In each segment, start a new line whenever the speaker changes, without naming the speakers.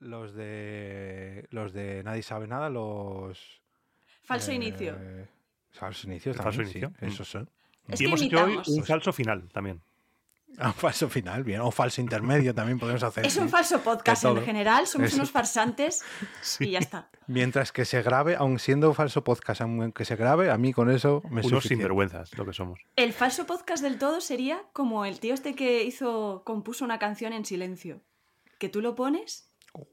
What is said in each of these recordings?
los de los de Nadie sabe nada, los
Falso
Eh,
inicio.
Falso inicio
Falso
también, sí,
inicio. mm.
esos son.
Es
y
que
hemos hecho hoy
imitamos.
un falso final también.
Ah, falso final, bien. O falso intermedio también podemos hacer.
Es
sí.
un falso podcast
De todo.
en general, somos
Eso.
unos farsantes
Sí.
y ya está.
Mientras que se grabe, aun siendo falso podcast, aunque se grabe, a mí con eso me
Unos
suficiente.
sinvergüenzas, lo que somos.
El falso podcast del todo sería como el tío este que hizo, compuso una canción en silencio, que tú lo pones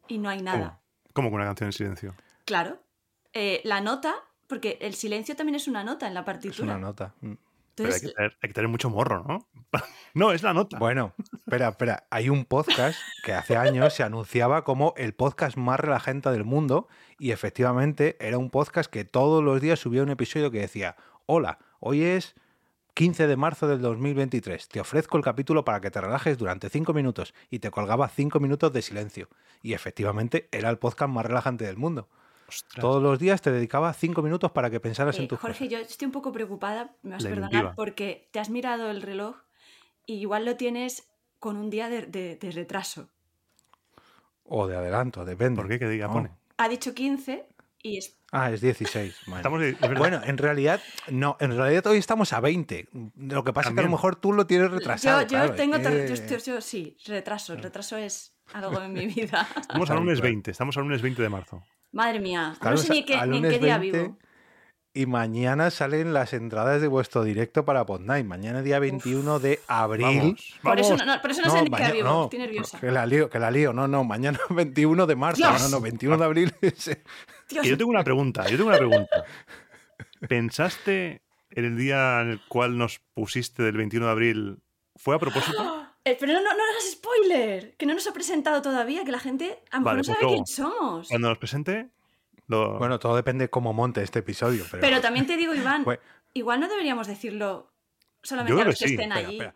y no hay nada.
Oh, como con una canción en silencio.
Claro, Eh, la nota, porque el silencio también es una nota en la partitura.
Es una nota. Mm.
Pero
Entonces,
hay que, tener, hay que tener mucho morro, ¿no? no, es la nota.
Bueno, espera, espera. Hay un podcast que hace años se anunciaba como el podcast más relajante del mundo y efectivamente era un podcast que todos los días subía un episodio que decía, hola, hoy es 15 de marzo del 2023, te ofrezco el capítulo para que te relajes durante 5 minutos y te colgaba 5 minutos de silencio. Y efectivamente era el podcast más relajante del mundo.
Ostras.
Todos los días te dedicaba 5 minutos para que pensaras
eh,
en tus
Jorge,
cosas.
yo estoy un poco preocupada, me vas a
La
perdonar,
inventiva.
porque te has mirado el reloj y igual lo tienes con un día de, de- de retraso.
O de adelanto, depende.
¿Por qué? ¿Qué diga
No.
pone?
Ha dicho 15 y es
Ah, es 16. bueno.
Estamos, es verdad.
Bueno, en realidad, no, en realidad hoy estamos a 20. Lo que pasa es que a lo
También.
mejor tú lo tienes
Yo,
retrasado.
yo
claro,
tengo,
es
tar-
que-
yo estoy- yo sí, retraso. Retraso es algo en mi vida.
estamos a
Tal
lunes
cual.
20, estamos a lunes 20 de marzo.
Madre mía,
Claro,
no sé ni, qué-
a
ni en
lunes
qué día
20,
vivo.
Y mañana salen las entradas de vuestro directo para Podnight. Mañana día 21 de abril.
Vamos,
Por
vamos.
eso no, no, por eso no, sé ni en qué día
maña-
vivo,
no,
estoy nerviosa.
Que la lío, que la lío. No, no, mañana 21 de marzo.
Dios.
No, no, 21 de abril. es-
Dios,
Y yo tengo una pregunta, yo tengo una pregunta. ¿Pensaste en el día en el cual nos pusiste del 21 de abril? ¿Fue a propósito?
eh, pero no, no, no hagas spoiler, que no nos ha presentado todavía, que la gente a lo mejor
Vale,
no
pues
sabe
luego.
quién somos.
Cuando nos presente, lo...
Bueno, todo depende cómo monte este episodio. Pero,
Pero también te digo, Iván,
Bueno.
igual no deberíamos decirlo solamente
Yo
a
creo
los
que
que,
sí,
estén
espera,
allí.
espera.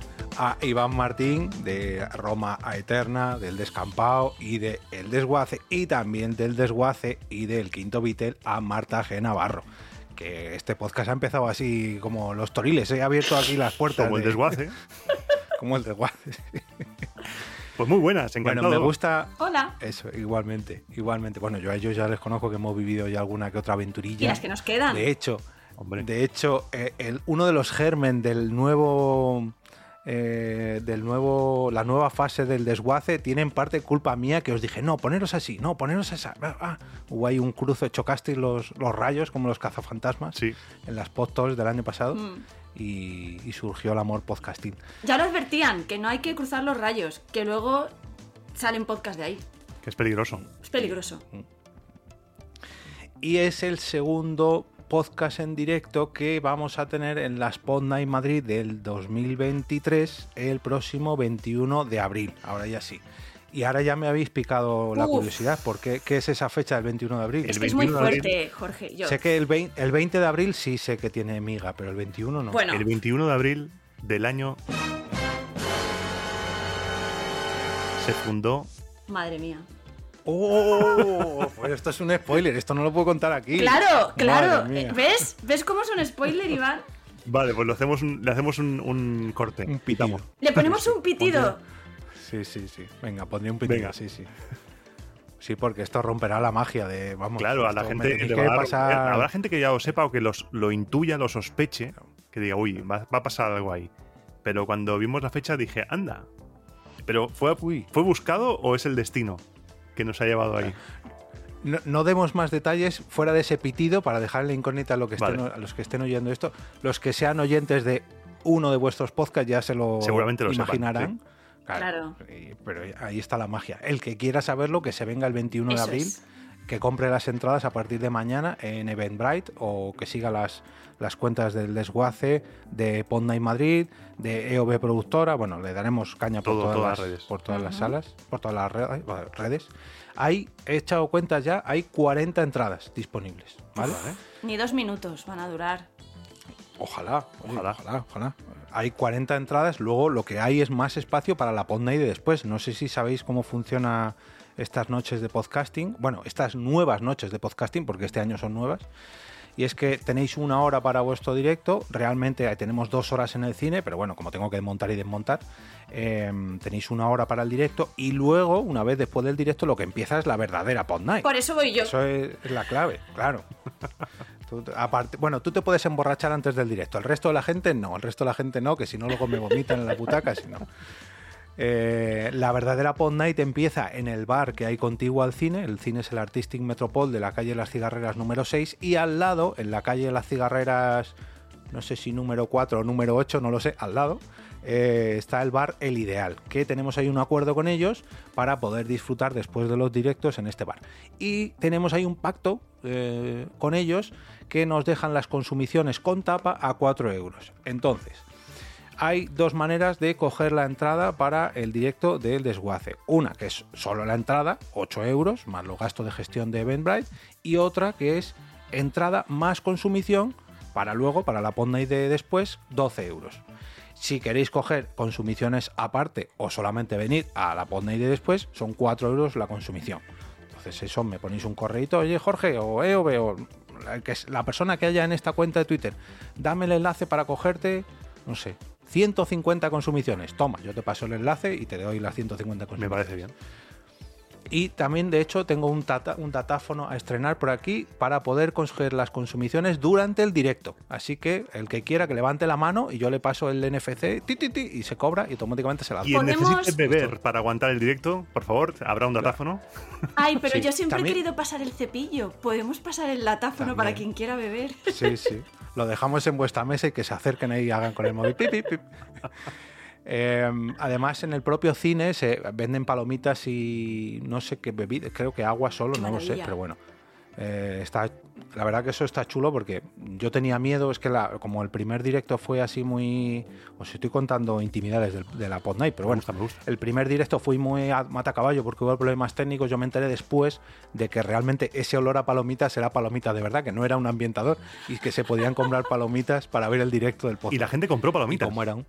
a Iván Martín de Roma a Eterna, del Descampado y de El Desguace, y también del Desguace y del Quinto Vitel a Marta G. Navarro. Que este podcast ha empezado así como los toriles, he abierto aquí las puertas.
como el
de-
desguace.
Como el desguace.
Pues muy buenas, encantado.
Bueno, me gusta.
Hola.
Eso, igualmente, igualmente. Bueno, yo a ellos ya les conozco que hemos vivido ya alguna que otra aventurilla.
Y las que nos quedan.
De hecho,
Hombre.
de hecho, eh, el, uno de los germen del nuevo. eh, del nuevo. La nueva fase del desguace tiene en parte culpa mía que os dije, no, poneros así, no, poneros esa. Ah, ah". Hubo ahí un cruce, chocasteis los, los rayos como los cazafantasmas
Sí.
en las podcasts del año pasado.
Mm.
Y, y surgió el amor podcasting.
Ya lo advertían, que no hay que cruzar los rayos, que luego salen podcast de ahí.
Que es peligroso.
Es peligroso.
Y es el segundo podcast en directo que vamos a tener en la Spot Night Madrid del 2023 el próximo 21 de abril. Ahora ya sí. Y ahora ya me habéis picado la
Uf.
curiosidad, porque ¿qué es esa fecha del 21 de abril?
Es
El
que es muy
21 de abril.
fuerte, Jorge. Yo.
Sé que el 20, el 20 de abril sí sé que tiene miga, pero el 21 no.
Bueno,
El 21 de abril del año se fundó.
madre mía.
¡Oh! Pues esto es un spoiler, esto no lo puedo contar aquí.
Claro, claro.
Madre
Eh,
mía.
¿Ves? ¿Ves cómo es un spoiler, Iván?
Vale, pues lo hacemos un- le hacemos un, un corte.
Un pitido.
Le ponemos un pitido.
Sí, sí, sí. Venga, pondré un pitido.
Venga.
Sí, sí. Sí, porque esto romperá la magia de. Vamos.
Claro, a la
esto me
gente
tenéis
le
que
va a
pasar-
romper. habrá gente que ya lo sepa o que los, lo intuya, lo sospeche, que diga, uy, va, va a pasar algo ahí. Pero cuando vimos la fecha dije, anda. Pero fue,
Uy.
fue buscado o es el destino que nos ha llevado ahí.
Ah, No, no demos más detalles fuera de ese pitido para dejar en la incógnita a, lo que estén-
Vale.
a los que estén oyendo esto. Los que sean oyentes de uno de vuestros podcasts ya se lo
Seguramente lo sepan,
imaginarán.
Claro.
y- Pero ahí está la magia. El que quiera saberlo, que se venga el 21
Eso
de abril,
es.
que compre las entradas a partir de mañana en Eventbrite o que siga las, las cuentas del desguace de Ponda y Madrid, de EOB Productora. Bueno, le daremos caña por todas,
Todo-
las
todas redes.
Por todas las
Ujú.
salas, por todas las re- bueno, redes. Hay, he echado cuentas ya, hay 40 entradas disponibles. ¿Vale?
Ni dos minutos van a durar.
Ojalá, oye,
Ojalá.
ojalá, ojalá, Hay 40 entradas, luego lo que hay es más espacio para la pod night de después. No sé si sabéis cómo funciona estas noches de podcasting, bueno, estas nuevas noches de podcasting, porque este año son nuevas. Y es que tenéis una hora para vuestro directo, realmente eh, tenemos dos horas en el cine, pero bueno, como tengo que montar y desmontar, eh, tenéis una hora para el directo y luego, una vez después del directo, lo que empieza es la verdadera pod night.
Por eso voy yo.
Eso es, es la clave, claro. Tú- aparte, bueno, tú te puedes emborrachar antes del directo. El resto de la gente no. El resto de la gente no, que si no luego me vomitan en la butaca, si no. Eh, la verdadera Pod Night empieza en el bar que hay contiguo al cine. El cine es el Artistic Metropol de la calle Las Cigarreras número 6. Y al lado, en la calle Las Cigarreras, no sé si número 4 o número 8, no lo sé, al lado, eh, está el bar El Ideal. Que tenemos ahí un acuerdo con ellos para poder disfrutar después de los directos en este bar. Y tenemos ahí un pacto eh, con ellos que nos dejan las consumiciones con tapa a 4 euros. Entonces hay dos maneras de coger la entrada para el directo del desguace. Una que es solo la entrada, 8 euros, más los gastos de gestión de Eventbrite. Y otra que es entrada más consumición para luego, para la Pond Night de después, 12 euros. Si queréis coger consumiciones aparte o solamente venir a la Pond Night de después, son 4 euros la consumición. Entonces eso, me ponéis un correito, oye Jorge, o EOB, o la, que es, la persona que haya en esta cuenta de Twitter, dame el enlace para cogerte, no sé, 150 consumiciones. Toma, yo te paso el enlace y te doy las 150
Me
consumiciones.
parece bien.
Y también, de hecho, tengo un, tata- un datáfono a estrenar por aquí para poder conseguir las consumiciones durante el directo. Así que el que quiera que levante la mano y yo le paso el NFC ti, ti, ti, y se cobra y automáticamente se la
Quien
Ponemos-
necesite beber para aguantar el directo, por favor, habrá un datáfono.
Ay, pero
Sí,
yo siempre
también-
he querido pasar el cepillo. Podemos pasar el latáfono para
También.
quien quiera beber.
Sí, sí. Lo dejamos en vuestra mesa y que se acerquen ahí y hagan con el móvil. Pip, pip, pip. Eh, además, en el propio cine se venden palomitas y no sé qué bebida, creo que agua solo, no lo sé,
Maravilla.
pero bueno. Eh, está, la verdad que eso está chulo porque yo tenía miedo, es que la- como el primer directo fue así muy... Os estoy contando intimidades del- de la Pod Night, pero
Me
bueno,
gusta, me gusta.
el primer directo fui muy a mata caballo porque hubo problemas técnicos. Yo me enteré después de que realmente ese olor a palomitas era palomita de verdad, que no era un ambientador y que se podían comprar palomitas para ver el directo del podcast.
Y la gente compró palomitas.
¿Cómo era un-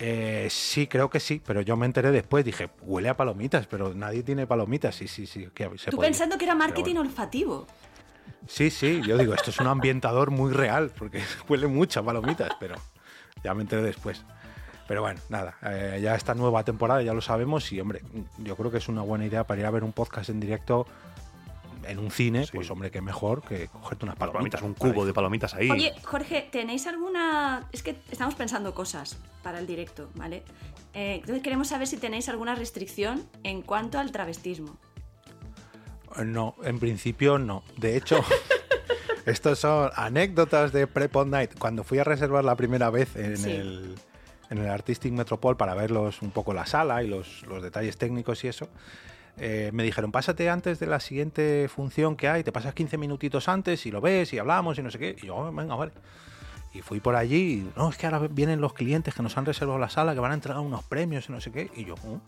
Eh, sí, creo que sí, pero yo me enteré después. Dije, huele a palomitas, pero nadie tiene palomitas. Sí, sí, sí. que se
Tú
podía.
pensando que era
Pero
marketing
bueno.
olfativo.
Sí, sí, yo digo, esto es un ambientador muy real, porque huele mucho a palomitas, pero ya me enteré después. Pero bueno, nada, eh, ya esta nueva temporada ya lo sabemos y, hombre, yo creo que es una buena idea para ir a ver un podcast en directo en un cine,
Sí.
pues hombre, qué mejor que cogerte unas
Palomitas,
palomitas.
un cubo de palomitas ahí.
Oye, Jorge, ¿tenéis alguna...? Es que estamos pensando cosas para el directo, ¿vale? Eh, entonces queremos saber si tenéis alguna restricción en cuanto al travestismo.
No, en principio no. De hecho, estos son anécdotas de Prepon Night. Cuando fui a reservar la primera vez en
Sí.
el en el Artistic Metropol para verlos un poco la sala y los, los detalles técnicos y eso. eh, me dijeron, pásate antes de la siguiente función que hay, te pasas 15 minutitos antes y lo ves y hablamos y no sé qué. Y yo, "Ah, venga, vale. Y fui por allí y, no, es que ahora vienen los clientes que nos han reservado la sala, que van a entregar unos premios y no sé qué. Y yo, "Oh,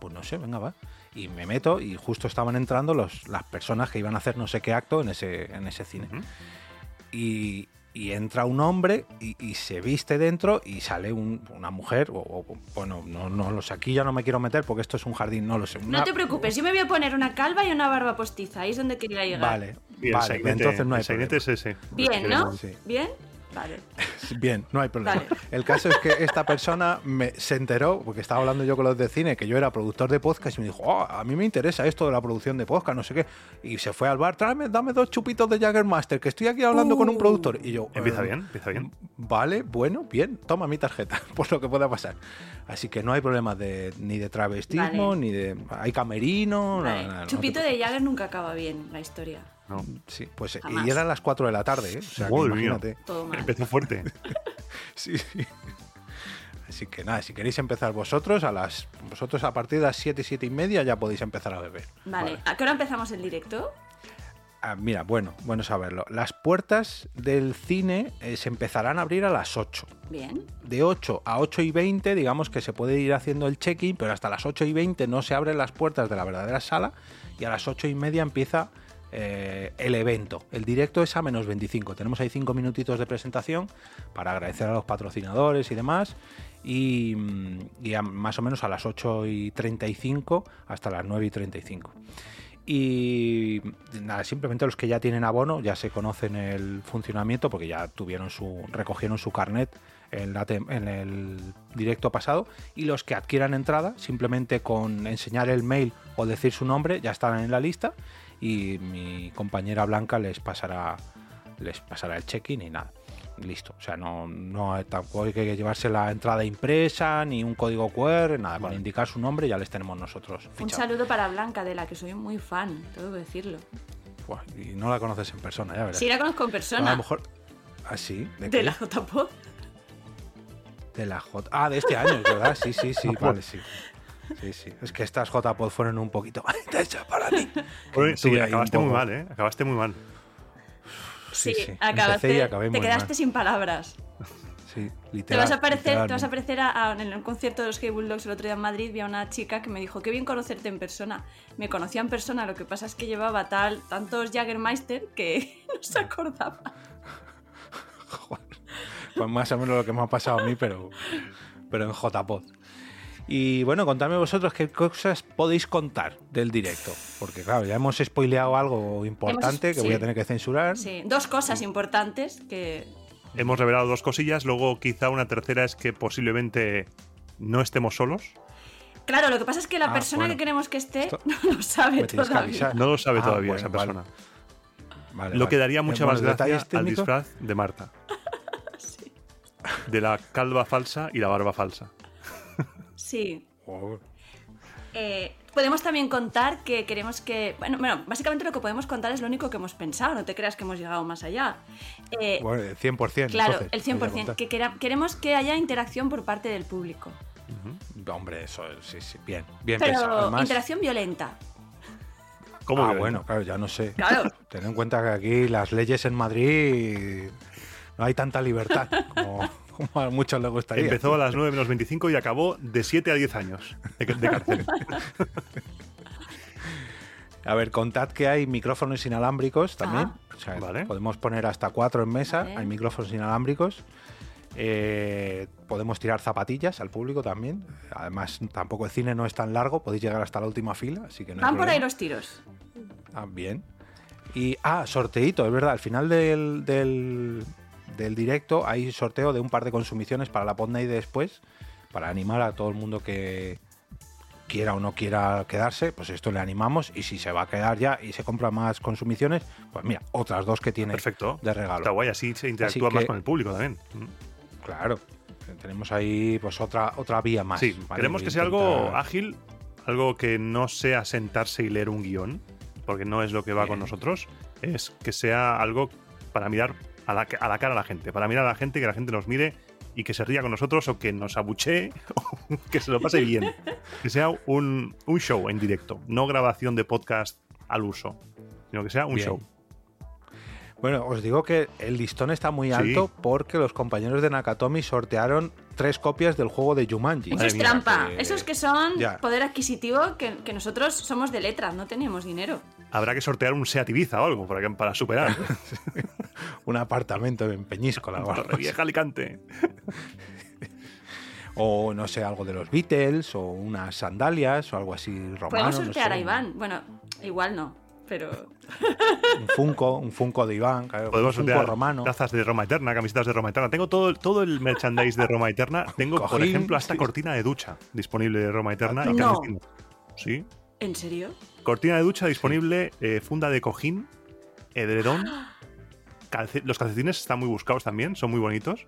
pues no sé, venga, va. Y me meto y justo estaban entrando los, las personas que iban a hacer no sé qué acto en ese, en ese cine.
Ujú.
y, y entra un hombre y, y se viste dentro y sale un- una mujer, o, o- bueno, no, no lo sé, aquí ya no me quiero meter porque esto es un jardín, no lo sé.
No
una-
te preocupes, yo me voy a poner una calva y una barba postiza. Ahí es donde quería llegar.
Vale,
Y el
vale,
sainete-
entonces no hay
el sainete
problema.
es ese.
Bien, ¿no?
Sí.
¿Bien? Vale.
Bien, no hay problema.
Vale.
El caso es que esta persona me, se enteró, porque estaba hablando yo con los de cine, que yo era productor de podcast y me dijo, "Ah, a mí me interesa esto de la producción de podcast, no sé qué. Y se fue al bar, tráeme, dame dos chupitos de Jagger Master, que estoy aquí hablando
Uh.
con un productor. Y yo,
Empieza
"Eh,
bien, empieza bien.
Vale, bueno, bien, toma mi tarjeta, por lo que pueda pasar. Así que no hay problema de, ni de travestismo,
Vale.
ni de... Hay camerino,
Vale.
nada, nada, no te
Chupito de Jagger nunca acaba bien la historia.
No.
Sí, pues
Jamás.
y eran las 4 de la tarde, ¿eh? O sea, que
Madre mía.
imagínate.
Todo mal.
Empezó fuerte.
Sí, sí. Así que nada, si queréis empezar vosotros, a las vosotros a partir de las 7, 7 y media ya podéis empezar a beber.
Vale. ¿a qué hora empezamos el directo?
Ah, mira, bueno, bueno saberlo. Las puertas del cine eh, se empezarán a abrir a las 8.
Bien.
De 8 a 8 y 20, digamos que se puede ir haciendo el check-in, pero hasta las 8 y 20 no se abren las puertas de la verdadera sala y a las 8 y media empieza eh, el evento. El directo es a menos 25. Tenemos ahí 5 minutitos de presentación para agradecer a los patrocinadores y demás. Y, mm, y a- más o menos a las 8 y 35 hasta las 9 y 35. Y nada, simplemente los que ya tienen abono ya se conocen el funcionamiento porque ya tuvieron su, recogieron su carnet en, la tem- en el directo pasado. Y los que adquieran entrada, simplemente con enseñar el mail o decir su nombre, ya están en la lista. Y mi compañera Blanca les pasará, les pasará el check-in y nada. Listo. O sea, no, no tampoco hay que llevarse la entrada impresa, ni un código QR, nada. Con
Vale.
indicar su nombre ya les tenemos nosotros.
Un
fichados.
saludo para Blanca, de la que soy muy fan, tengo que decirlo.
Buah, y no la conoces en persona, ya verás.
Sí, la conozco en
A
persona.
lo mejor. Ah, sí, de,
De
qué?
la JPod.
De la J. Ah, de este año, es ¿verdad? Sí, sí, sí, vale, sí. Sí, sí. Es que estas JPod fueron un poquito más intensas para ti.
Oye,
Que
sí,
estuve ahí un
acabaste muy
poco-
mal, ¿eh? Acabaste muy mal.
Sí, sí.
acabaste,
Empecé y acabé
te
muy
quedaste
mal.
sin palabras.
eh.
Sí, literal.
Te vas a parecer, te vas
literalmente.
a parecer a- a- en un concierto de los Hey Bulldogs el otro día en Madrid, vi a una chica que me dijo, qué bien conocerte en persona. Me conocía en persona, lo que pasa es que llevaba tal, tantos Jaggermeister que no se acordaba.
Pues más o menos lo que me ha pasado a mí, pero, pero en JPod. Y bueno, contadme vosotros qué cosas podéis contar del directo. Porque claro, ya hemos spoileado algo importante que voy
sí.
a tener que censurar.
Sí, dos cosas importantes que...
Hemos revelado dos cosillas, luego quizá una tercera es que posiblemente no estemos solos.
Claro, lo que pasa es que la
Ah,
persona
bueno.
que queremos que esté
Esto-
no lo sabe
me tienes que
todavía.
avisar.
No lo sabe
Ah,
todavía
bueno,
esa
vale.
persona.
Vale,
Lo
vale.
que daría mucha
Bueno,
más gracia
detalles
al
técnicos.
disfraz de Marta. De la calva falsa y la barba falsa.
Sí.
Oh,
Eh, podemos también contar que queremos que... Bueno, bueno, básicamente lo que podemos contar es lo único que hemos pensado, no te creas que hemos llegado más allá. Eh,
Bueno, el 100%.
Claro,
entonces,
el
voy a
100%.
contar.
Que quera- queremos que haya interacción por parte del público.
Hombre, eso es- sí, sí, bien, bien pensado.
Pero
Además-
interacción violenta.
¿Cómo
ah,
que-
bueno, claro, ya no sé.
Claro.
Ten en cuenta que aquí las leyes en Madrid no hay tanta libertad como, como a muchos les gustaría.
Empezó a las 9 menos 25 y acabó de 7 a 10 años de, de cárcel.
A ver, contad que hay micrófonos inalámbricos también. O sea,
Vale.
Podemos poner hasta cuatro en mesa.
Ah. Vale.
Hay micrófonos inalámbricos. Eh, podemos tirar zapatillas al público también. Además, tampoco el cine no es tan largo. Podéis llegar hasta la última fila, así que no hay
Van por
problema.
ahí los tiros.
Ah, bien. Y, ah, sorteito, es verdad. Al final del, del, del directo hay sorteo de un par de consumiciones para la Podnight de después, para animar a todo el mundo que quiera o no quiera quedarse, pues esto le animamos. Y si se va a quedar ya y se compra más consumiciones, pues mira, otras dos que tiene
Perfecto.
de regalo.
Está guay, así se interactúa
Así
más
que- Mm.
con el público también.
Claro. Tenemos ahí pues otra, otra vía más.
sí,
¿vale?
queremos
Voy
que
a
sea algo
intentar-
ágil, algo que no sea sentarse y leer un guión, porque no es lo que va con
Bien.
nosotros, es que sea algo para mirar a la, a la cara a la gente, para mirar a la gente, que la gente nos mire y que se ría con nosotros o que nos abuchee o que se lo pase bien. Que sea un, un show en directo, no grabación de podcast al uso, sino que sea un
Bien.
show.
Bueno, os digo que el listón está muy
Sí.
alto porque los compañeros de Nakatomi sortearon tres copias del juego de Jumanji.
Eso es
mía,
trampa.
que-
Esos que son
Ya.
poder adquisitivo, que, que nosotros somos de letras, no tenemos dinero.
Habrá que sortear un Seat Ibiza o algo para, que- para superar.
Un apartamento en Peñíscola o algo así.
Vieja Alicante.
O no sé, algo de los Beatles o unas sandalias o algo así romano.
Podemos
no
sortear
sé,
a Iván. Bueno, igual no, pero...
Un, un Funko, un Funko de Iván, claro,
Podemos
un
sortear
Funko romano.
tazas de Roma Eterna, camisetas de Roma Eterna. Tengo todo, todo el merchandise de Roma Eterna. Tengo, por
Cojín,
ejemplo, hasta cortina de ducha disponible de Roma Eterna. y
No.
calcetines. Sí.
¿En serio?
Cortina de ducha disponible, eh, funda de cojín, edredón. calce- los calcetines están muy buscados también, son muy bonitos.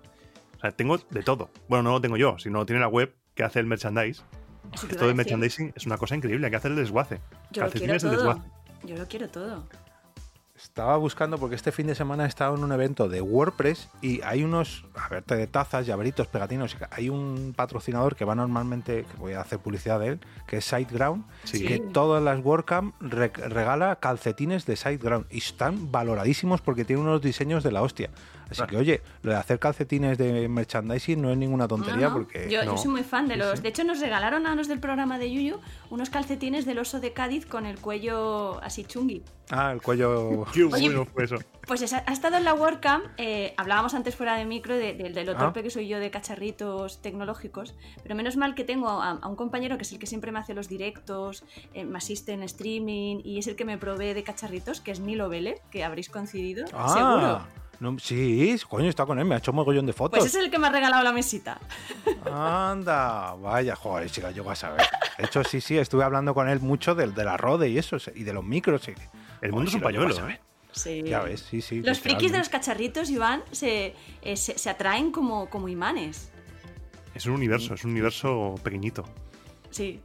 O sea, tengo de todo. Bueno, no lo tengo yo, sino lo tiene la web que hace el merchandise.
Eso te
Esto
iba
de
a decir.
merchandising es una cosa increíble, hay que hacer el desguace.
Yo lo quiero
el
todo. Yo lo quiero todo.
Estaba buscando porque este fin de semana he estado en un evento de WordPress y hay unos, a ver, de tazas, llaveritos, pegatinos. Hay un patrocinador que va normalmente, que voy a hacer publicidad de él, que es SiteGround,
Sí.
que todas las WordCamp re- regala calcetines de SiteGround y están valoradísimos porque tiene unos diseños de la hostia.
Ah.
Así que, oye, lo de hacer calcetines de merchandising no es ninguna tontería
No, no.
porque.
yo, yo
no.
soy muy fan de
Sí,
los.
sí.
De hecho, nos regalaron a los del programa de Yuyu unos calcetines del oso de Cádiz con el cuello así chungui.
Ah, el cuello.
Qué
Oye.
bueno fue eso.
Pues esa- ha estado en la WordCamp, eh, hablábamos antes fuera de micro de, de- de lo
Ah.
torpe que soy yo de cacharritos tecnológicos, pero menos mal que tengo a, a un compañero que es el que siempre me hace los directos, eh, me asiste en streaming y es el que me provee de cacharritos, que es Nilo Vélez, que habréis coincidido, seguro.
Ah, no, sí, coño, está con él, me ha hecho un mogollón de fotos.
Pues es el que me ha regalado la mesita.
Anda, vaya, joder, chica, yo vas a ver. De hecho, sí, sí, estuve hablando con él mucho del, de la Rode y eso, y de los micros. y-
El mundo es un
Joder, chica, yo vas
pañuelo.
a ver.
¿eh?
Sí.
Ya ves, sí, sí.
Los frikis
literalmente.
de los cacharritos, Iván, se, eh, se, se atraen como, como imanes.
Es un universo, es un universo pequeñito.
Sí.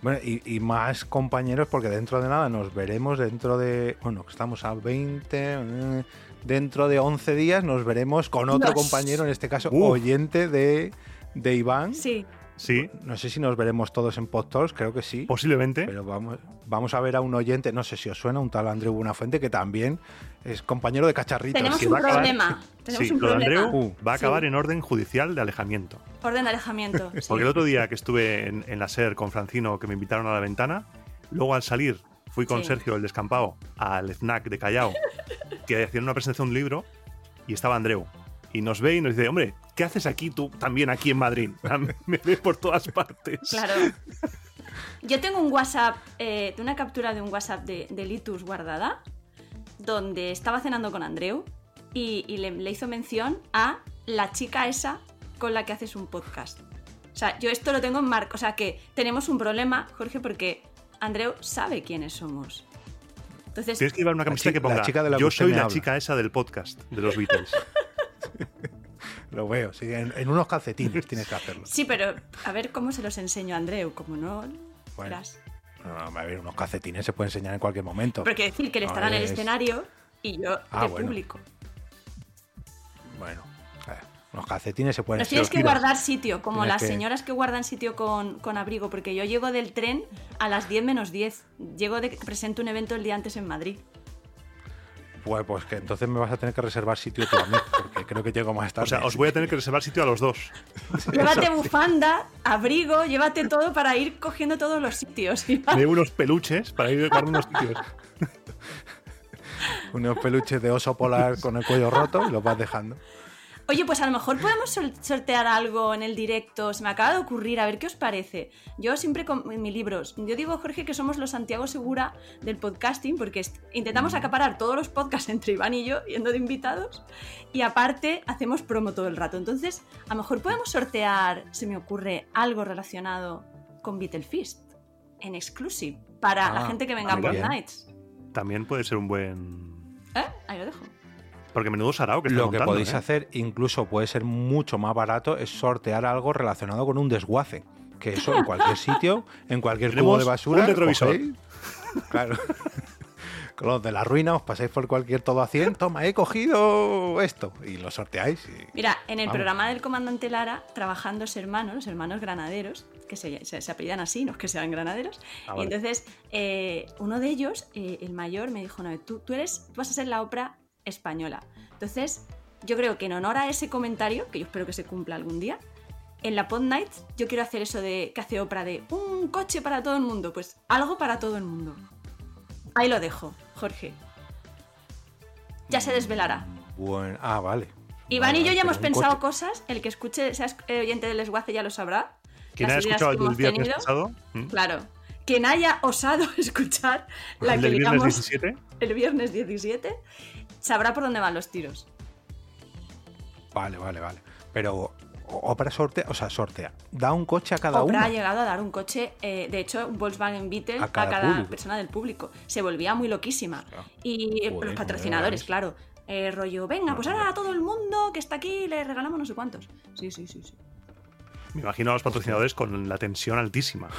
Bueno, y, y más compañeros, porque dentro de nada nos veremos dentro de. Bueno, que estamos a 20. eh, Dentro de 11 días nos veremos con otro
Nos-
compañero, en este caso
Uf.
oyente de, de Iván.
Sí.
Sí,
No sé si nos veremos todos en PodTalks, creo que sí.
posiblemente.
Pero vamos, vamos a ver a un oyente, no sé si os suena, un tal Andreu Buenafuente, que también es compañero de cacharritos.
Tenemos
que
un
va a acabar-
problema. Tenemos
sí,
un
lo de
problema.
Andreu
Uh,
va a
sí.
acabar en orden judicial de alejamiento.
Orden de alejamiento. sí.
Porque el otro día que estuve en, en la SER con Francino, que me invitaron a la ventana, luego al salir fui con
Sí.
Sergio, el descampado, al FNAC de Callao, que hacían una presentación de un libro, y estaba Andreu. Y nos ve y nos dice, hombre, ¿qué haces aquí tú también aquí en Madrid? Me ve por todas partes.
Claro. Yo tengo un WhatsApp, eh, de una captura de un WhatsApp de, de Litus guardada, donde estaba cenando con Andreu y, y le, le hizo mención a la chica esa con la que haces un podcast. O sea, yo esto lo tengo en marco. O sea, que tenemos un problema, Jorge, porque Andreu sabe quiénes somos. Entonces,
Tienes que llevar una camiseta
chi-
que ponga,
la chica de la que
yo
usted
soy
me
la
habla".
chica esa del podcast, de los Beatles.
Lo veo, sí, en, en unos calcetines tienes que hacerlo.
sí, pero a ver cómo se los enseño a Andreu, como no.
Bueno.
verás.
No, no, a ver, unos calcetines se puede enseñar en cualquier momento.
Porque decir que él
No,
estará en el
es-
escenario y yo
Ah,
de
bueno.
público.
Bueno, a ver, unos calcetines se pueden
Nos tienes que
Mira,
guardar sitio, como
Tienes
las
que-
señoras que guardan sitio con, con abrigo, porque yo llego del tren a las 10 menos 10. Llego de que presento un evento el día antes en Madrid.
Pues, pues que entonces me vas a tener que reservar sitio tú a mí, porque creo que llego más tarde.
O sea, os voy a tener que reservar sitio a los dos.
Llévate bufanda, abrigo, llévate todo para ir cogiendo todos los sitios.
Me llevo unos peluches para ir guardando unos sitios.
Unos peluches de oso polar con el cuello roto y los vas dejando.
Oye, pues a lo mejor podemos sol- sortear algo en el directo. Se me acaba de ocurrir, a ver qué os parece. Yo siempre con en mis libros, yo digo, Jorge, que somos los Santiago Segura del podcasting, porque est- intentamos acaparar todos los podcasts entre Iván y yo, yendo de invitados, y aparte hacemos promo todo el rato. Entonces, a lo mejor podemos sortear, se me ocurre, algo relacionado con Beatlefist en exclusive para la
Ah,
gente que venga
ah,
por
mira.
Nights.
También puede ser un buen...
¿Eh? Ahí lo dejo.
Porque menudo sarao que está
Lo que
montando,
podéis
¿eh?
hacer, incluso puede ser mucho más barato, es sortear algo relacionado con un desguace. Que eso en cualquier sitio, en cualquier cubo
Tenemos
de basura.
un retrovisor.
cogéis- claro. Con los de la ruina os pasáis por cualquier todo a 100. Toma, he cogido esto. Y lo sorteáis. y-
Mira, en el
Vamos.
programa del comandante Lara, trabajan dos hermanos, los hermanos granaderos, que se, se, se apellidan así, no es que sean granaderos.
Ah,
Y
vale.
entonces, eh, uno de ellos, eh, el mayor, me dijo, no, tú, tú, eres, tú vas a ser la ópera española. Entonces, yo creo que en honor a ese comentario, que yo espero que se cumpla algún día, en la Pod Night yo quiero hacer eso de que hace Oprah de un coche para todo el mundo, pues algo para todo el mundo. Ahí lo dejo, Jorge. Ya se desvelará.
Bueno, ah, vale.
Iván
Vale,
y yo
pero
ya hemos
un
pensado
coche-
cosas. El que escuche, sea esc- eh, oyente del desguace ya lo sabrá.
¿Quién
Las
ha
ideas
escuchado
que
el del
hemos
viernes
tenido.
pasado? ¿Mm?
Claro. Quien haya osado escuchar la
¿El
que
del viernes
digamos
17?
el viernes 17, sabrá por dónde van los tiros.
Vale, vale, vale. Pero Opera sortea, o sea, sortea. Da un coche a cada
Oprah ha
uno.
llegado a dar un coche, eh, de hecho, un Volkswagen Beetle
A
a
cada
cada,
público.
persona del público. Se volvía muy loquísima.
Hostia.
Y eh,
Joder,
los
muy
patrocinadores,
legales.
claro. Eh, rollo, venga, pues ahora a todo el mundo que está aquí le regalamos no sé cuántos. Sí, sí, sí, sí.
Me imagino a los patrocinadores con la tensión altísima.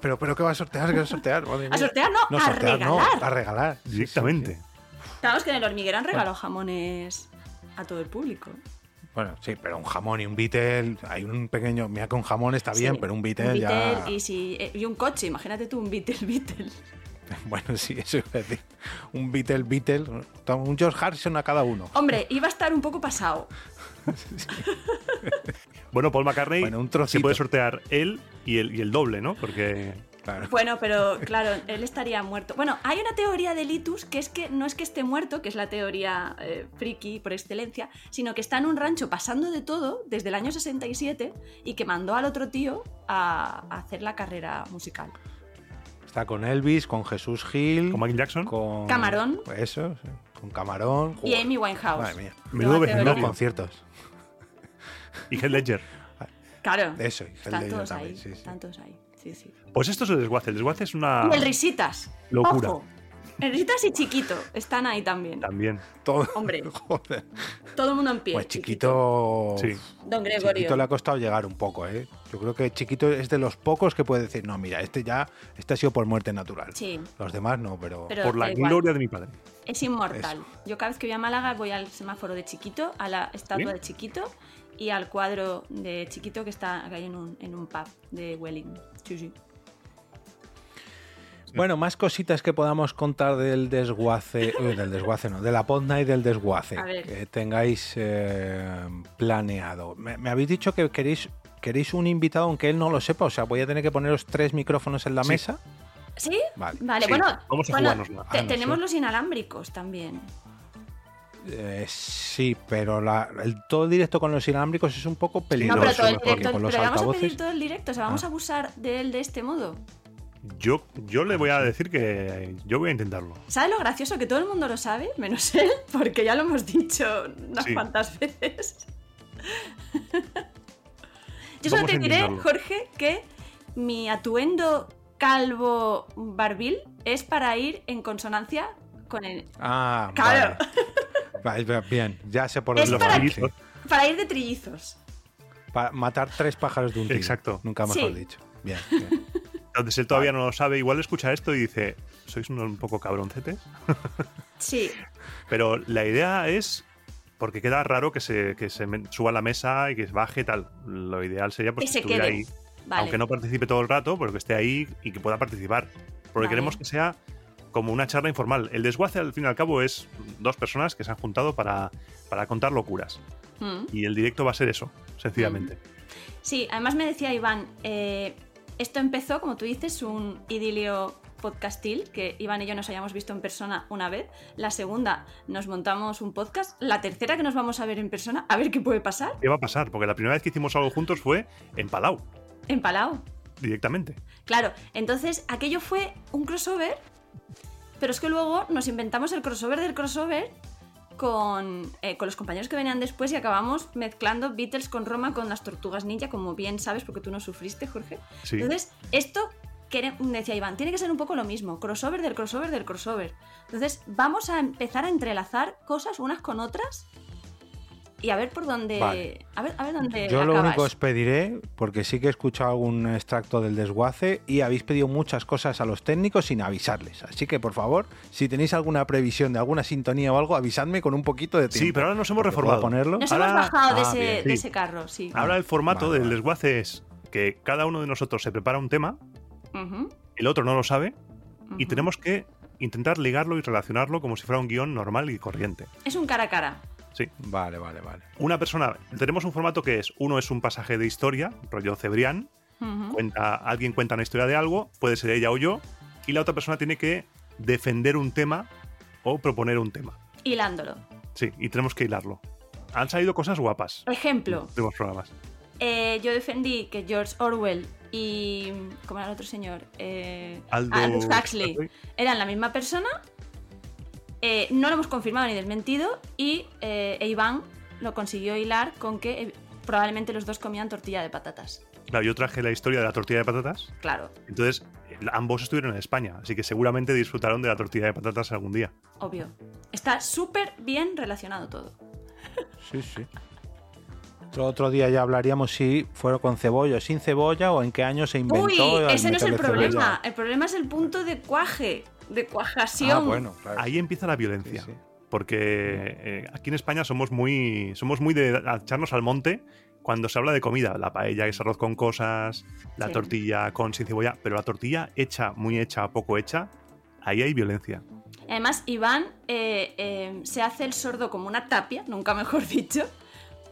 Pero, pero ¿qué va a sortear? ¿Qué va a sortear? Madre mía.
sortear no, a
sortear no,
regalar.
a regalar. Sí, sí, sí.
Directamente.
Sabemos que en el hormiguero han regalado jamones a todo el público.
Bueno, sí, pero un jamón y un Beatle, hay un pequeño, mira que un jamón está Ah, bien,
Sí,
pero un
un
Beatle ya...
Beetle Y, si- eh, y un coche, imagínate tú un Beetle, Beetle.
Bueno, sí, eso iba a decir. un Beatle, Beatle, un George Harrison a cada uno.
Hombre, iba a estar un poco pasado.
Bueno, Paul McCartney
Bueno, un
se
trocito.
puede sortear él y el, y el doble, ¿no? Porque
Claro.
Bueno, pero claro, él estaría muerto. Bueno, hay una teoría de Litus que es que no es que esté muerto, que es la teoría eh, friki por excelencia, sino que está en un rancho pasando de todo desde el año 67 y que mandó al otro tío a, a hacer la carrera musical.
Está con Elvis, con Jesús Gil,
con Michael Jackson.
con-
Camarón.
Eso, sí, con Camarón.
Y Amy Winehouse.
Madre mía.
Menudo
Nueva
Los
vecindario.
teoría.
conciertos.
Y Heath Ledger.
Claro.
Eso, y el de
Están
ellos
todos
también,
ahí.
sí, sí.
Están todos ahí. Sí, sí.
Pues esto es el desguace. El desguace es una.
Y el Risitas.
Ah. Locura.
Ojo. El Risitas y Chiquito están ahí también.
También.
Todo-
Hombre.
Joder.
Todo el mundo en pie.
Pues chiquito.
Sí.
Don Gregorio.
Chiquito le ha costado llegar un poco, ¿eh? Yo creo que Chiquito es de los pocos que puede decir, no, mira, este ya, este ha sido por muerte natural.
Sí.
Los demás no, pero,
Pero
por
da
la
igual.
gloria de mi padre.
Es inmortal. Yo cada vez que voy a Málaga voy al semáforo de Chiquito, a la estatua
¿Sí?
de Chiquito y al cuadro de Chiquito que está ahí en un, en un pub de Welling. Sí, sí.
Bueno, más cositas que podamos contar del desguace, uy, del desguace no, de la podna y del desguace
A ver.
que tengáis eh, planeado. Me, me habéis dicho que queréis, queréis un invitado aunque él no lo sepa, o sea, voy a tener que poneros tres micrófonos en la
Sí.
mesa.
¿Sí?
Vale.
Vale,
Sí,
bueno,
vamos a
bueno,
jugárnosla.
te-
Ah, no
tenemos
sé.
los inalámbricos también.
Eh, sí, pero la- el, todo directo con los inalámbricos es un poco
No,
peligroso.
pero todo el
porque
directo,
con los
pero vamos a
altavoces-
pedir todo el directo, o sea, vamos a abusar de él de este modo.
Yo, yo le voy a decir que yo voy a intentarlo.
¿Sabes lo gracioso? Que todo el mundo lo sabe, menos él, porque ya lo hemos dicho unas
Sí.
cuantas veces. Yo solo
Vamos
te
a
diré,
intentarlo.
Jorge, que mi atuendo calvo barbil es para ir en consonancia con el...
Ah,
Claro.
vale. Vale, bien, ya sé por
Es
dónde va,
Los
para-
sí.
trillizos.
Para ir de trillizos.
Para matar tres pájaros de un tiro.
Exacto.
Nunca mejor
Sí.
dicho. Bien, bien.
Entonces él todavía no lo sabe. Igual escucha esto y dice: Sois unos un poco cabroncetes.
Sí,
Pero la idea es. Porque queda raro que se, que se men- suba a la mesa y que baje y tal. Lo ideal sería pues,
que
que
se
estuviera
quede.
ahí.
Vale.
aunque no participe todo el rato, pero que esté ahí y que pueda participar. Porque
Vale.
queremos que sea como una charla informal. El desguace, al fin y al cabo, es dos personas que se han juntado para, para contar locuras.
Mm.
Y el directo va a ser eso, sencillamente.
Sí, además me decía Iván, eh, esto empezó, como tú dices, un idilio podcastil, que Iván y yo nos hayamos visto en persona una vez, la segunda nos montamos un podcast, la tercera que nos vamos a ver en persona, a ver qué puede pasar,
¿Qué va a pasar? Porque la primera vez que hicimos algo juntos fue en Palau,
en Palau.
directamente.
Claro, entonces aquello fue un crossover, pero es que luego nos inventamos el crossover del crossover con, eh, con los compañeros que venían después y acabamos mezclando Beatles con Roma con las tortugas ninja, como bien sabes, porque tú no sufriste, Jorge.
Sí.
Entonces, esto, quere- decía Iván, tiene que ser un poco lo mismo, crossover del crossover del crossover. Entonces, vamos a empezar a entrelazar cosas unas con otras y a ver por dónde...
Vale.
A, ver, a ver dónde...
Yo lo
eh, acabas.
único os pediré, porque sí que he escuchado algún extracto del desguace y habéis pedido muchas cosas a los técnicos sin avisarles. Así que, por favor, si tenéis alguna previsión de alguna sintonía o algo, avisadme con un poquito de
Sí,
tiempo.
pero ahora nos hemos
Porque puedo
reformado.
ponerlo?
Nos
Ahora-
hemos bajado de,
ah,
ese,
bien,
de
sí. Ah.
ese carro, sí.
Ahora el formato
Ah, Vale,
del
vale.
desguace es que cada uno de nosotros se prepara un tema,
Ujú,
el otro no lo sabe, y
ujú.
tenemos que intentar ligarlo y relacionarlo como si fuera un guión normal y corriente.
Es un cara a cara.
Sí.
Vale, vale, vale.
una persona. Tenemos un formato que es: uno es un pasaje de historia, rollo Cebrián,
Ujú.
cuenta, alguien cuenta una historia de algo, puede ser ella o yo, y la otra persona tiene que defender un tema o proponer un tema.
Hilándolo.
Sí, y tenemos que hilarlo. Han salido cosas guapas en
Ejemplo,
los últimos programas.
eh, yo defendí que George Orwell y... ¿Cómo era el otro señor? Eh,
Aldo
Aldous Huxley.
Huxley.
eran la misma persona. eh, no lo hemos confirmado ni desmentido. Y eh, e Iván lo consiguió hilar con que eh, probablemente los dos comían tortilla de patatas.
Claro, yo traje la historia de la tortilla de patatas,
Claro,
entonces eh, ambos estuvieron en España, así que seguramente disfrutaron de la tortilla de patatas algún día.
obvio. Está súper bien relacionado todo.
Sí, sí. Otro, otro día ya hablaríamos si fueron con cebolla o sin cebolla o en qué año se inventó.
Uy,
el
ese no es el
meterle
problema. Ah,
cebolla.
El problema es el punto de cuaje, de cuajación.
Ah, bueno, claro.
Ahí empieza la violencia.
Sí, sí.
Porque eh, aquí en España somos muy, somos muy de echarnos al monte cuando se habla de comida. La paella es arroz con cosas, la
Sí.
tortilla con sin cebolla, pero la tortilla hecha, muy hecha, poco hecha, ahí hay violencia.
Y Además, Iván eh, eh, se hace el sordo como una tapia, nunca mejor dicho,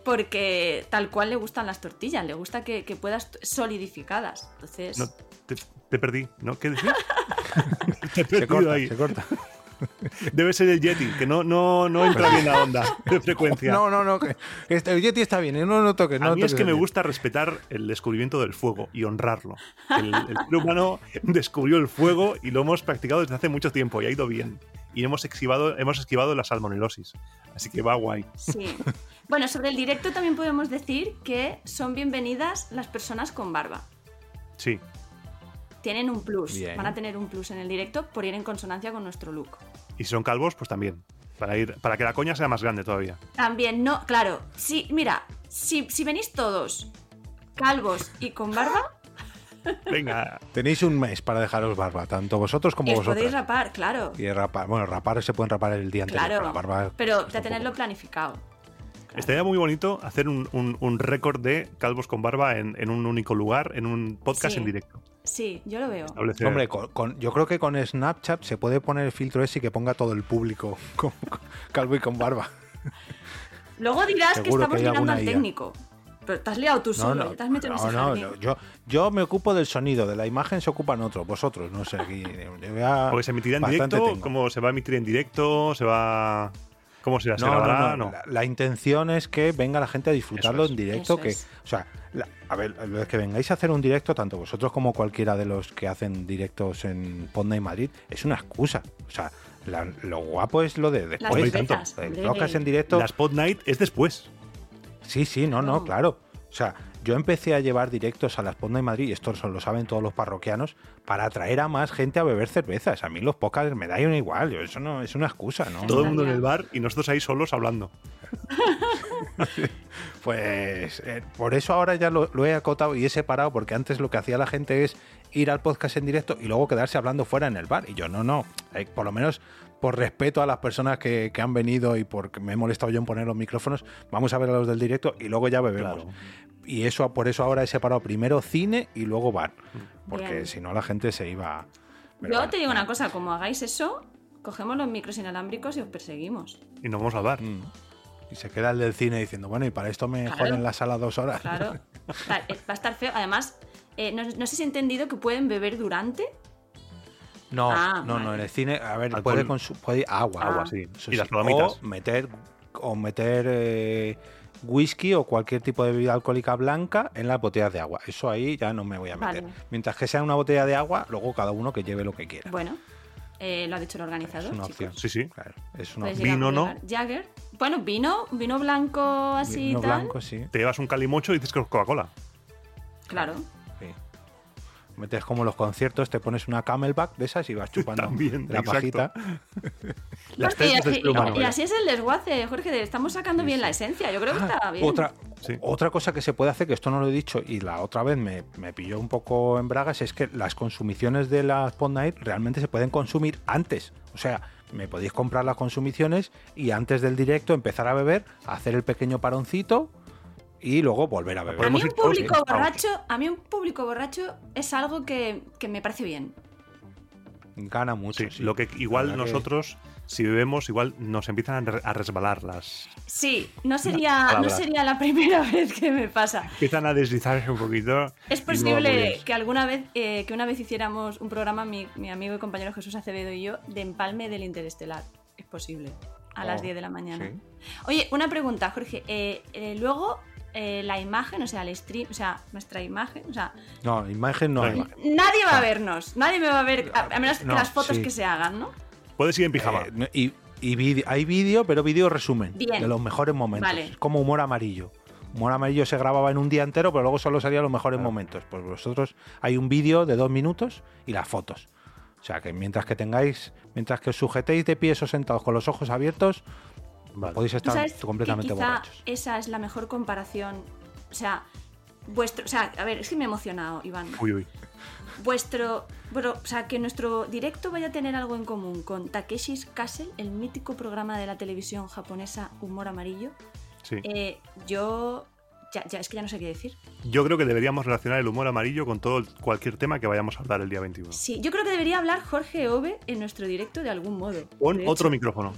porque tal cual le gustan las tortillas, le gusta que, que puedas solidificadas. Entonces,
No, te, te perdí, ¿no? ¿Qué decías? Te
Se
he perdido
corta,
ahí.
se corta.
Debe ser el Yeti, que no, no, no entra bien la onda de frecuencia.
No, no, no. que- que este- el Yeti está bien, eh, no, no toques.
A
no
mí es
toques
que me
el Yeti.
gusta respetar el descubrimiento del fuego y honrarlo. El, el ser humano descubrió el fuego y lo hemos practicado desde hace mucho tiempo y ha ido bien. Y hemos esquivado, hemos esquivado la salmonelosis. Así que va guay.
sí. Bueno, sobre el directo también podemos decir que son bienvenidas las personas con barba.
Sí.
Tienen un plus,
Bien.
van a tener un plus en el directo por ir en consonancia con nuestro look.
Y si son calvos, pues también. Para, ir, para que la coña sea más grande todavía.
También no, claro, si, mira, si, si venís todos calvos y con barba,
Venga,
Tenéis un mes para dejaros barba, tanto vosotros Ah, como
os podéis
vosotros.
rapar, claro.
Y rapar, bueno, rapar se pueden rapar el día anterior,
Claro,
pero la barba
pero
cuesta
de
un
tenerlo
poco.
planificado. Claro.
estaría muy bonito hacer un, un- un récord de calvos con barba en, en un único lugar, en un podcast
Sí.
en directo.
Sí, yo lo veo.
Establecer-
Hombre, con- con- yo creo que con Snapchat se puede poner el filtro ese y que ponga todo el público con- con- calvo y con barba.
Luego dirás que
Seguro que
estamos
hay
mirando
alguna
al
IA.
técnico. Pero te has liado tú solo, te has metido en
no,
ese
no,
jardín.
no, yo, yo me ocupo del sonido, de la imagen se ocupan otros, vosotros, no sé. Aquí, yo ya
Porque se emitirá en
bastante
directo,
tengo.
¿cómo se va a emitir en directo? ¿Se va.? ¿Cómo será? ¿Se
No, no,
grabará?
no, La, la intención es que venga la gente a disfrutarlo
Eso es.
en directo.
Eso
que,
es.
O sea, la- a ver, lo de que vengáis a hacer un directo, tanto vosotros como cualquiera de los que hacen directos en Ponda y Madrid, es una excusa. O sea, la- lo guapo es lo de
Las
después.
cervezas,
El
hombre.
podcast en directo.
La Spot Night es después.
Sí, sí, no, no,
No.
claro. O sea, yo empecé a llevar directos a las Ponda y Madrid, y esto lo saben todos los parroquianos, para atraer a más gente a beber cervezas. A mí los podcasts me da igual, yo- eso no es una excusa, ¿no?
Todo
Genial.
el mundo en el bar y nosotros ahí solos hablando.
Pues eh, por eso ahora ya lo, lo he acotado y he separado, porque antes lo que hacía la gente es ir al podcast en directo y luego quedarse hablando fuera en el bar. Y yo, no, no, eh, por lo menos por respeto a las personas que, que han venido y porque me he molestado yo en poner los micrófonos, vamos a ver a los del directo y luego ya bebemos.
Claro.
Y eso por eso ahora he separado primero cine y luego bar, porque
Bien.
si no la gente se iba... pero
Yo
bueno.
te digo una cosa, como hagáis eso, cogemos los micros inalámbricos y os perseguimos.
Y nos vamos al bar.
Mm. Y se queda el del cine diciendo, bueno, y para esto me
Claro.
joden la sala dos horas.
Claro. Va eh, va a estar feo. Además, eh, no, no sé si he entendido que pueden beber durante.
No,
Ah,
no, no,
vale.
en el cine, a ver,
Alcohol.
puede consumir agua,
Ah.
agua,
sí.
Eso
Y las
sí.
palomitas.
O meter, o meter eh, whisky o cualquier tipo de bebida alcohólica blanca en las botellas de agua. Eso ahí ya no me voy a meter.
Vale.
Mientras que sea una botella de agua, luego cada uno que lleve lo que quiera.
Bueno, eh, lo ha dicho el organizador.
es una
chicos.
opción.
Sí, sí.
Claro, es una
Podéis
opción.
llegar
Vino,
a
¿no?
llevar. Jagger. Bueno, vino, vino blanco así
Vino
tal.
blanco, sí.
Te llevas un calimocho y dices que es Coca-Cola.
Claro.
sí. Metes como los conciertos, te pones una camelback de esas y vas chupando
También,
de la
exacto.
pajita.
Las
Porque
tres veces
así-
el humano.
y así es el desguace, Jorge. de- Estamos sacando bien la esencia. Yo
Ah,
creo que está bien.
Ah, Otra,
Sí.
otra cosa que se puede hacer, que esto no lo he dicho y la otra vez me, me pilló un poco en bragas, es que las consumiciones de las Pond Night realmente se pueden consumir antes. O sea, me podéis comprar las consumiciones y antes del directo empezar a beber, hacer el pequeño paroncito y luego volver a beber.
A mí
podemos
un
ir todos,
público
¿eh?
borracho, a mí un público borracho es algo que, que me parece bien.
Gana mucho.
Sí,
sí.
Lo que
La
igual
verdad que-
nosotros, si bebemos, igual nos empiezan a re- a resbalar las.
Sí, no sería, no
palabra.
sería la primera vez que me pasa.
Empiezan a deslizarse un poquito.
Es
y no va muy
posible
bien.
que alguna vez, eh, que una vez hiciéramos un programa, mi, mi amigo y compañero Jesús Acevedo y yo, de empalme del interestelar. Es posible. A las
Oh,
10 de la mañana.
sí.
Oye, una pregunta, Jorge. Eh, eh, luego, eh, la imagen, o sea, el stream, o sea, nuestra imagen, o sea,
No, imagen no.
No,
imagen.
nadie va a vernos. Nadie me va a ver, a, a menos
Ah. No,
que las fotos
sí.
que se hagan, ¿no?
Puedes ir en pijama.
Eh, no, y y vídeo- hay vídeo, pero vídeo resumen
Bien.
de los mejores momentos.
Vale.
Es como humor amarillo. Humor amarillo se grababa en un día entero, pero luego solo salían los mejores momentos. Pues vosotros hay un vídeo de dos minutos y las fotos. O sea que mientras que tengáis, mientras que os sujetéis de pies o sentados con los ojos abiertos,
Vale.
podéis
¿Tú
estar
sabes
completamente
que quizá
borrachos.
Esa es la mejor comparación. O sea, vuestro. O sea, a ver, es que me he emocionado, Iván.
Uy, uy.
Vuestro. bueno, o sea, que nuestro directo vaya a tener algo en común con Takeshi's Castle, el Eh. mítico programa de la televisión japonesa Humor Amarillo.
Sí.
Eh, yo Ya, ya, es que ya no sé qué decir.
Yo creo que deberíamos relacionar el humor amarillo con todo el- cualquier tema que vayamos a hablar el día 21.
Sí, yo creo que debería hablar Jorge Ove en nuestro directo de algún modo.
Pon
de hecho.
otro micrófono.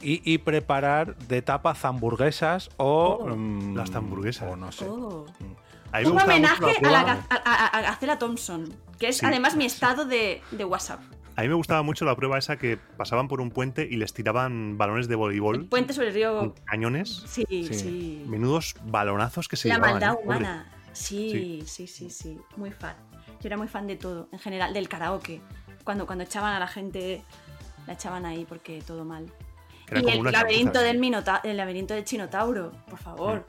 Y, y preparar de tapas hamburguesas o. mm,
Las hamburguesas.
O no sé.
Oh.
A mí me
Un
gustaba mucho
homenaje a,
prueba-
la, Gaz- a- a- a Gacela Thompson, que es
Sí.
además mi estado de, de WhatsApp.
A mí me gustaba mucho la prueba esa que pasaban por un puente y les tiraban balones de
El
voleibol
puente sobre el
con
río.
cañones.
Sí, sí.
Sí.
Menudos balonazos que se
la
llevaban,
maldad
¿eh? Pobre.
humana. Sí, sí, sí, sí. Muy fan. Yo era muy fan de todo, en general, del karaoke. Cuando, cuando echaban a la gente, la echaban ahí porque todo mal.
Que eran
y
como ¿eh?
el
unas
laberinto,
chapuzas.
del minota el laberinto del Chinotauro, por favor.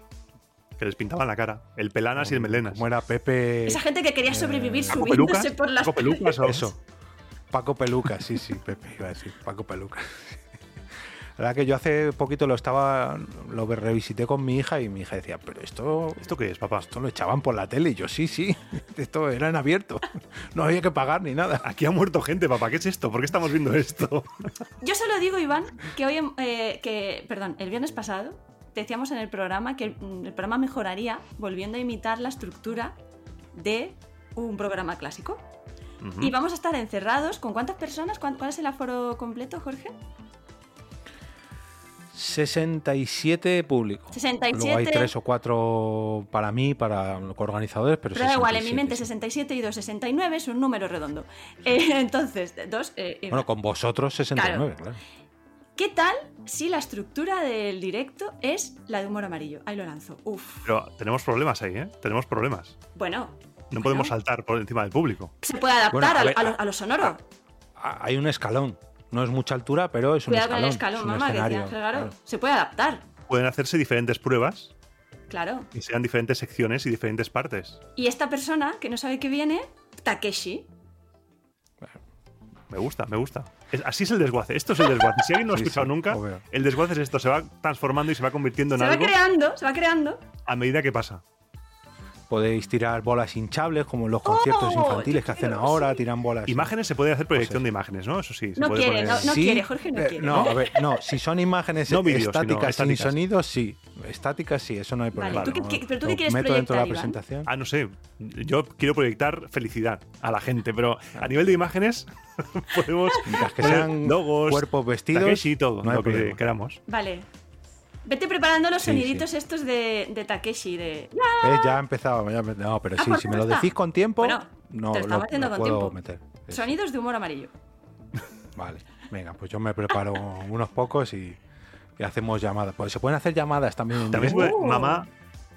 Mm. Que les pintaban la cara. El pelanas y el melenas.
Como era Pepe.
Esa gente que quería sobrevivir
Paco
subiéndose
Pelucas,
por las
Paco Pelucas, o-
Eso. Paco Peluca, sí, sí, Pepe iba a decir, Paco Peluca. La verdad que yo hace poquito lo estaba, lo revisité con mi hija y mi hija decía, pero esto,
¿Esto qué es, papá?
esto lo echaban por la tele. Y yo, sí, sí, esto era en abierto. No había que pagar ni nada.
Aquí ha muerto gente, papá. ¿Qué es esto? ¿Por qué estamos viendo esto?
Yo solo digo, Iván, que hoy, em- eh, que, perdón, el viernes pasado decíamos en el programa que el, mm, el programa mejoraría volviendo a imitar la estructura de un programa clásico.
Ujú.
Y vamos a estar encerrados. ¿Con cuántas personas? ¿Cuán- ¿Cuál, es el aforo completo, Jorge?
67 público. Luego hay
67.
tres o cuatro para mí, para los organizadores, pero,
Pero da igual, en mi
67,
mente
sí.
67 y 2, 69 es un número redondo. Eh, entonces, dos. eh, eh,
Bueno, con vosotros 69, claro.
¿Qué tal si la estructura del directo es la de humor amarillo? Ahí lo lanzo. Uf.
Pero tenemos problemas ahí, ¿eh? Tenemos problemas.
Bueno,
No podemos
Bueno.
saltar por encima del público.
se puede adaptar
Bueno, a
a, lo-
ver,
a lo, a lo sonoro.
Ah, Hay un escalón. No es mucha altura, pero es un
Cuidado
escalón.
con el
es
escalón,
un
mamá, que decía
escenario,
Ángel Garo.
claro.
Se puede adaptar,
Pueden hacerse diferentes pruebas
claro.
y sean diferentes secciones y diferentes partes.
Y esta persona que no sabe que viene, Takeshi.
Me gusta, me gusta. Es- así es el desguace. Esto es el desguace. Si alguien no lo ha
Sí,
escuchado
sí,
nunca,
lo veo.
el desguace es esto. Se va transformando y se va convirtiendo en
Se va
algo
creando, se va creando.
a medida que pasa.
Podéis tirar bolas hinchables, como en los conciertos
yo
infantiles que hacen
quiero,
ahora,
sí.
tiran bolas.
Imágenes se puede hacer proyección de imágenes, ¿no? Eso sí. Se
No
puede
quiere,
poner-
no quiere, Jorge no
eh,
quiere.
No, a ver, no, si son imágenes
No vídeos,
estáticas,
sino
sin
estáticas.
sonido, sí. Estáticas, sí, eso no hay
Vale,
problema.
¿tú qué-
¿no?
qué- pero tú
Lo
qué quieres
meto dentro de la
proyectar, Iván?
presentación.
Ah, no sé. Yo quiero proyectar felicidad a la gente, pero a nivel de imágenes podemos
Mientras que
poner
sean
logos,
cuerpos vestidos,
Takeshi y todo,
no hay
lo que
problema.
queramos.
Vale. Vete preparando los
Sí,
soniditos estos de, de Takeshi. De...
¿Ves? Ya empezaba. ya empe- No, pero
Ah,
sí,
¿por
si
qué
me lo
no está?
decís con tiempo,
Bueno,
no
te lo estamos
lo,
haciendo
lo
con
puedo
tiempo.
meter. Sí, sí.
Sonidos de humor amarillo.
Vale, venga, pues yo me preparo unos pocos y, y hacemos llamadas. Pues se pueden hacer llamadas también. en
También se
directo.
Oh.
puede- mamá,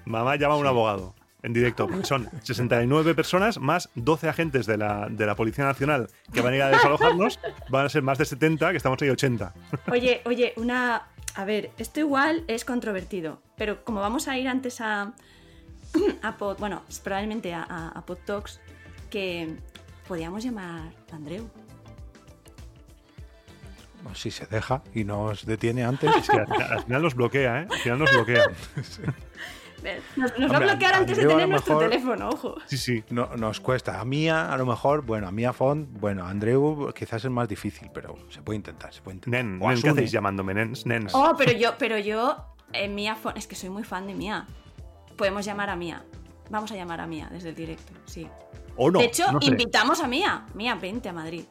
mamá llama a un abogado en directo. porque Son 69 personas más 12 agentes de la, de la Policía Nacional que van a ir a desalojarnos. Van a ser más de 70, que estamos ahí 80.
Oye, oye, una. A ver, esto igual es controvertido, pero como vamos a ir antes a. a Pod. Bueno, probablemente a, a, a Pod Talks, que podíamos llamar a Andreu.
No, Si se deja y nos detiene antes.
Es que al, al final nos bloquea, ¿eh? Al final nos bloquea.
Eh, Nos, nos va a
Hombre,
bloquear antes de
Andreu a
tener
lo
nuestro
mejor-
teléfono, ojo.
Sí, sí.
No, nos cuesta. A Mía, a lo mejor, bueno, a Mía Font, bueno, a Andreu quizás es más difícil, pero se puede intentar, se puede intentar.
Nen,
O a
nen, ¿qué
Sune.
hacéis llamándome? Nens, nens.
Oh, pero yo, pero yo, eh, Mía, Fo- es que soy muy fan de Mía. Podemos llamar a Mía. Vamos a llamar a Mía desde el directo, sí.
O no.
de hecho,
no sé.
invitamos a Mía. Mía, vente a Madrid.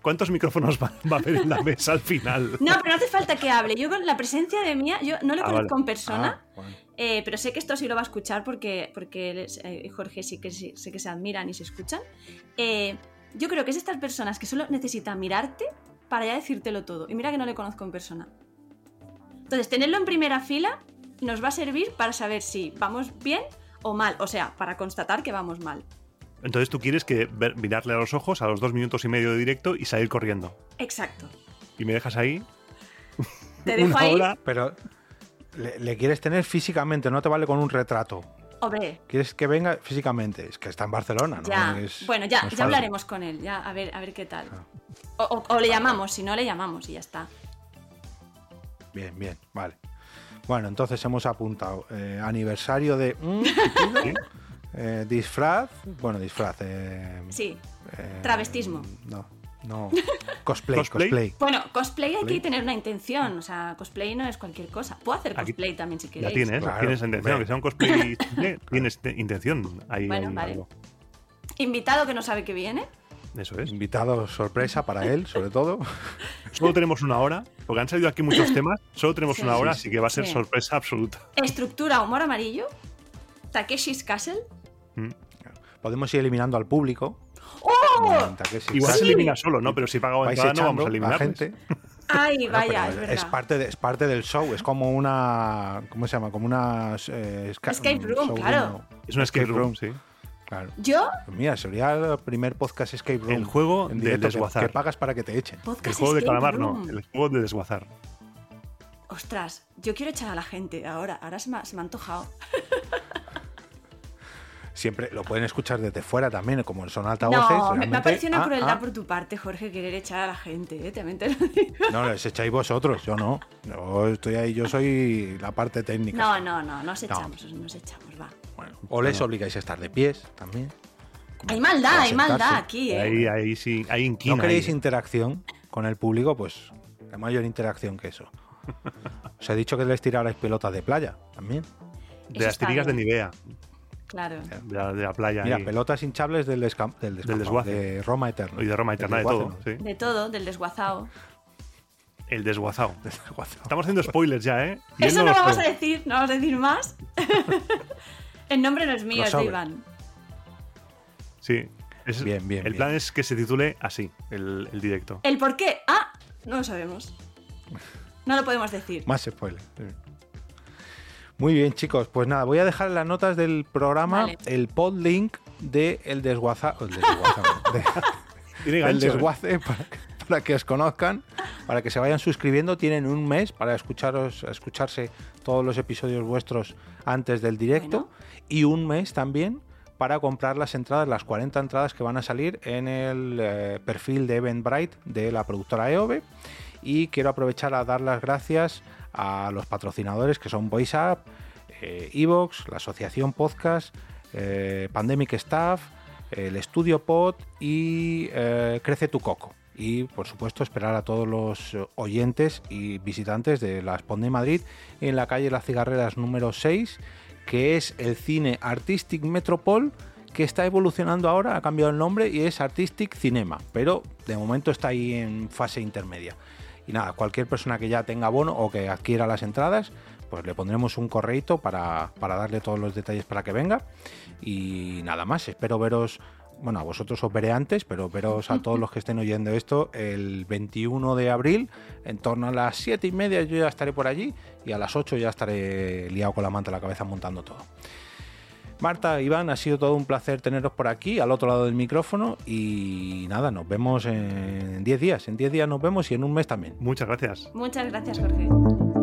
¿Cuántos micrófonos va, va a haber en la mesa al final?
No, pero no hace falta que hable. Yo con la presencia de Mía, yo no le
Ah,
conozco
vale.
en persona,
Ah, bueno.
eh, pero sé que esto sí lo va a escuchar porque, porque él es- eh, Jorge sí que sí- sé que se admiran y se escuchan. Eh, yo creo que es estas personas que solo necesitan mirarte para ya decírtelo todo. Y mira que no le conozco en persona. Entonces, tenerlo en primera fila nos va a servir para saber si vamos bien o mal. O sea, para constatar que vamos mal.
Entonces tú quieres que ver- mirarle a los ojos a los dos minutos y medio de directo y salir corriendo.
Exacto.
Y me dejas ahí
Te dejo
una
ahí.
hora
Pero le, le quieres tener físicamente, no te vale con un retrato.
Hombre,
Quieres que venga físicamente. Es que está en Barcelona, ¿no?
Ya.
Es-
bueno,
no
ya,
es
ya
fácil.
hablaremos con él, ya, a ver, a ver qué tal. O, o- o le llamamos, si no le llamamos y ya está.
Bien, bien, vale. Bueno, entonces hemos apuntado eh, aniversario de mm, eh, disfraz, bueno, disfraz, eh,
Sí.
eh,
Travestismo.
No, No. Cosplay,
¿Cosplay?
cosplay.
Bueno, cosplay hay
Cosplay.
que tener una intención. O sea, cosplay no es cualquier cosa. Puedo hacer
Aquí-
cosplay también si
Ya ¿eh?
queréis.
tienes,
Claro,
tienes la intención.
hombre.
Aunque sea un cosplay, simple, tienes te- intención. Ahí
Bueno,
hay
vale.
algo.
Invitado que no sabe que viene.
Eso es.
Invitado sorpresa para él, sobre todo.
Solo tenemos una hora, porque han salido aquí muchos temas. Solo tenemos
Sí,
una
sí,
hora,
sí.
así que va a ser
Sí.
sorpresa absoluta.
Estructura, humor amarillo. Takeshi's Castle.
Mm.
Podemos ir eliminando al público.
¡Oh!
Comenta que si
Igual
vais-
se elimina solo, ¿no? Pero si pagaba
vais
entrada no
echando
vamos a eliminar.
gente.
Ay,
Bueno,
vaya,
pero
es verdad.
es parte de- es parte del show, es como una ¿cómo se llama? Como una eh, esca-
Escape
un
room,
show
claro.
no.
Es un escape room, sí.
Claro.
Yo,
Pues mira, sería el primer podcast escape room.
El juego
en
del
directo que-
desguazar.
que pagas para que te echen.
podcast
El juego de
escape
calamar, no.
room.
El juego de desguazar.
Ostras, yo quiero echar a la gente ahora. Ahora se me ha, se me ha antojado.
Siempre lo pueden escuchar desde fuera también, como son altavoces.
No, me- me
realmente-
ha parecido una
Ah,
crueldad
ah.
por tu parte, Jorge, querer echar a la gente. ¿eh? También te lo digo.
No, les echáis vosotros, yo no. Yo estoy ahí, yo soy la parte técnica.
No, no, no, nos
No.
echamos, nos echamos, va.
Bueno, o les obligáis a estar de pies también.
Hay maldad,
Para
hay maldad
sentarse.
aquí, ¿eh?
Ahí, ahí sí, ahí inquina.
no queréis
ahí.
interacción con el público, pues la mayor interacción que eso. Os he dicho que les tirarais pelotas de playa también.
de
Eso
las
está
tirillas de
bien.
Nivea,
Claro.
de la, de la playa
Mira,
ahí.
pelotas hinchables del, descam- del, descampado,
desguace.
de Roma Eterna.
y de Roma Eterna, de
Del
todo.
desguace,
sí.
De todo, del desguazado.
El desguazado.
no, del desguace.
Estamos haciendo spoilers ya, ¿eh? Y él
Eso no
los
vamos a
sabe.
decir, no vamos a decir más. El nombre no es mío,
Lo
es de
sabe.
Iván.
Sí. Es-
Bien, bien,
El
bien.
plan es que se titule así, el, el directo.
¿El por qué? Ah, no lo sabemos. No lo podemos decir.
Más spoiler. sí. Muy bien, chicos. Pues nada, voy a dejar en las notas del programa
Vale.
el podlink de El Desguaza. El desguaza de-
Tiene
del
gancho, ¿eh?
desguace para, que- para que os conozcan, para que se vayan suscribiendo. Tienen un mes para escucharos, escucharse todos los episodios vuestros antes del directo y un mes también para comprar las entradas, las 40 entradas que van a salir en el eh, perfil de Eventbrite de la productora EOB. Y quiero aprovechar a dar las gracias a los patrocinadores que son VoiceUp, Evox, la Asociación Podcast, eh, Pandemic Staff, el Estudio Pod y eh, Crece tu Coco. Y por supuesto esperar a todos los eh, oyentes y visitantes de la Sponde Madrid en la calle Las Cigarreras número 6, que es el cine Artistic Metropol, que está evolucionando ahora, ha cambiado el nombre y es Artistic Cinema, pero de momento está ahí en fase intermedia. Y nada, cualquier persona que ya tenga bono o que adquiera las entradas, pues le pondremos un correito para, para darle todos los detalles para que venga. Y nada más, espero veros, bueno, a vosotros os veré antes, pero veros a todos los que estén oyendo esto el 21 de abril, en torno a las 7 y media yo ya estaré por allí y a las 8 ya estaré liado con la manta a la cabeza montando todo. Marta, Iván, ha sido todo un placer teneros por aquí, al otro lado del micrófono. Y nada, nos vemos en 10 días. En 10 días nos vemos y en un mes también.
Muchas gracias.
Muchas gracias, Jorge.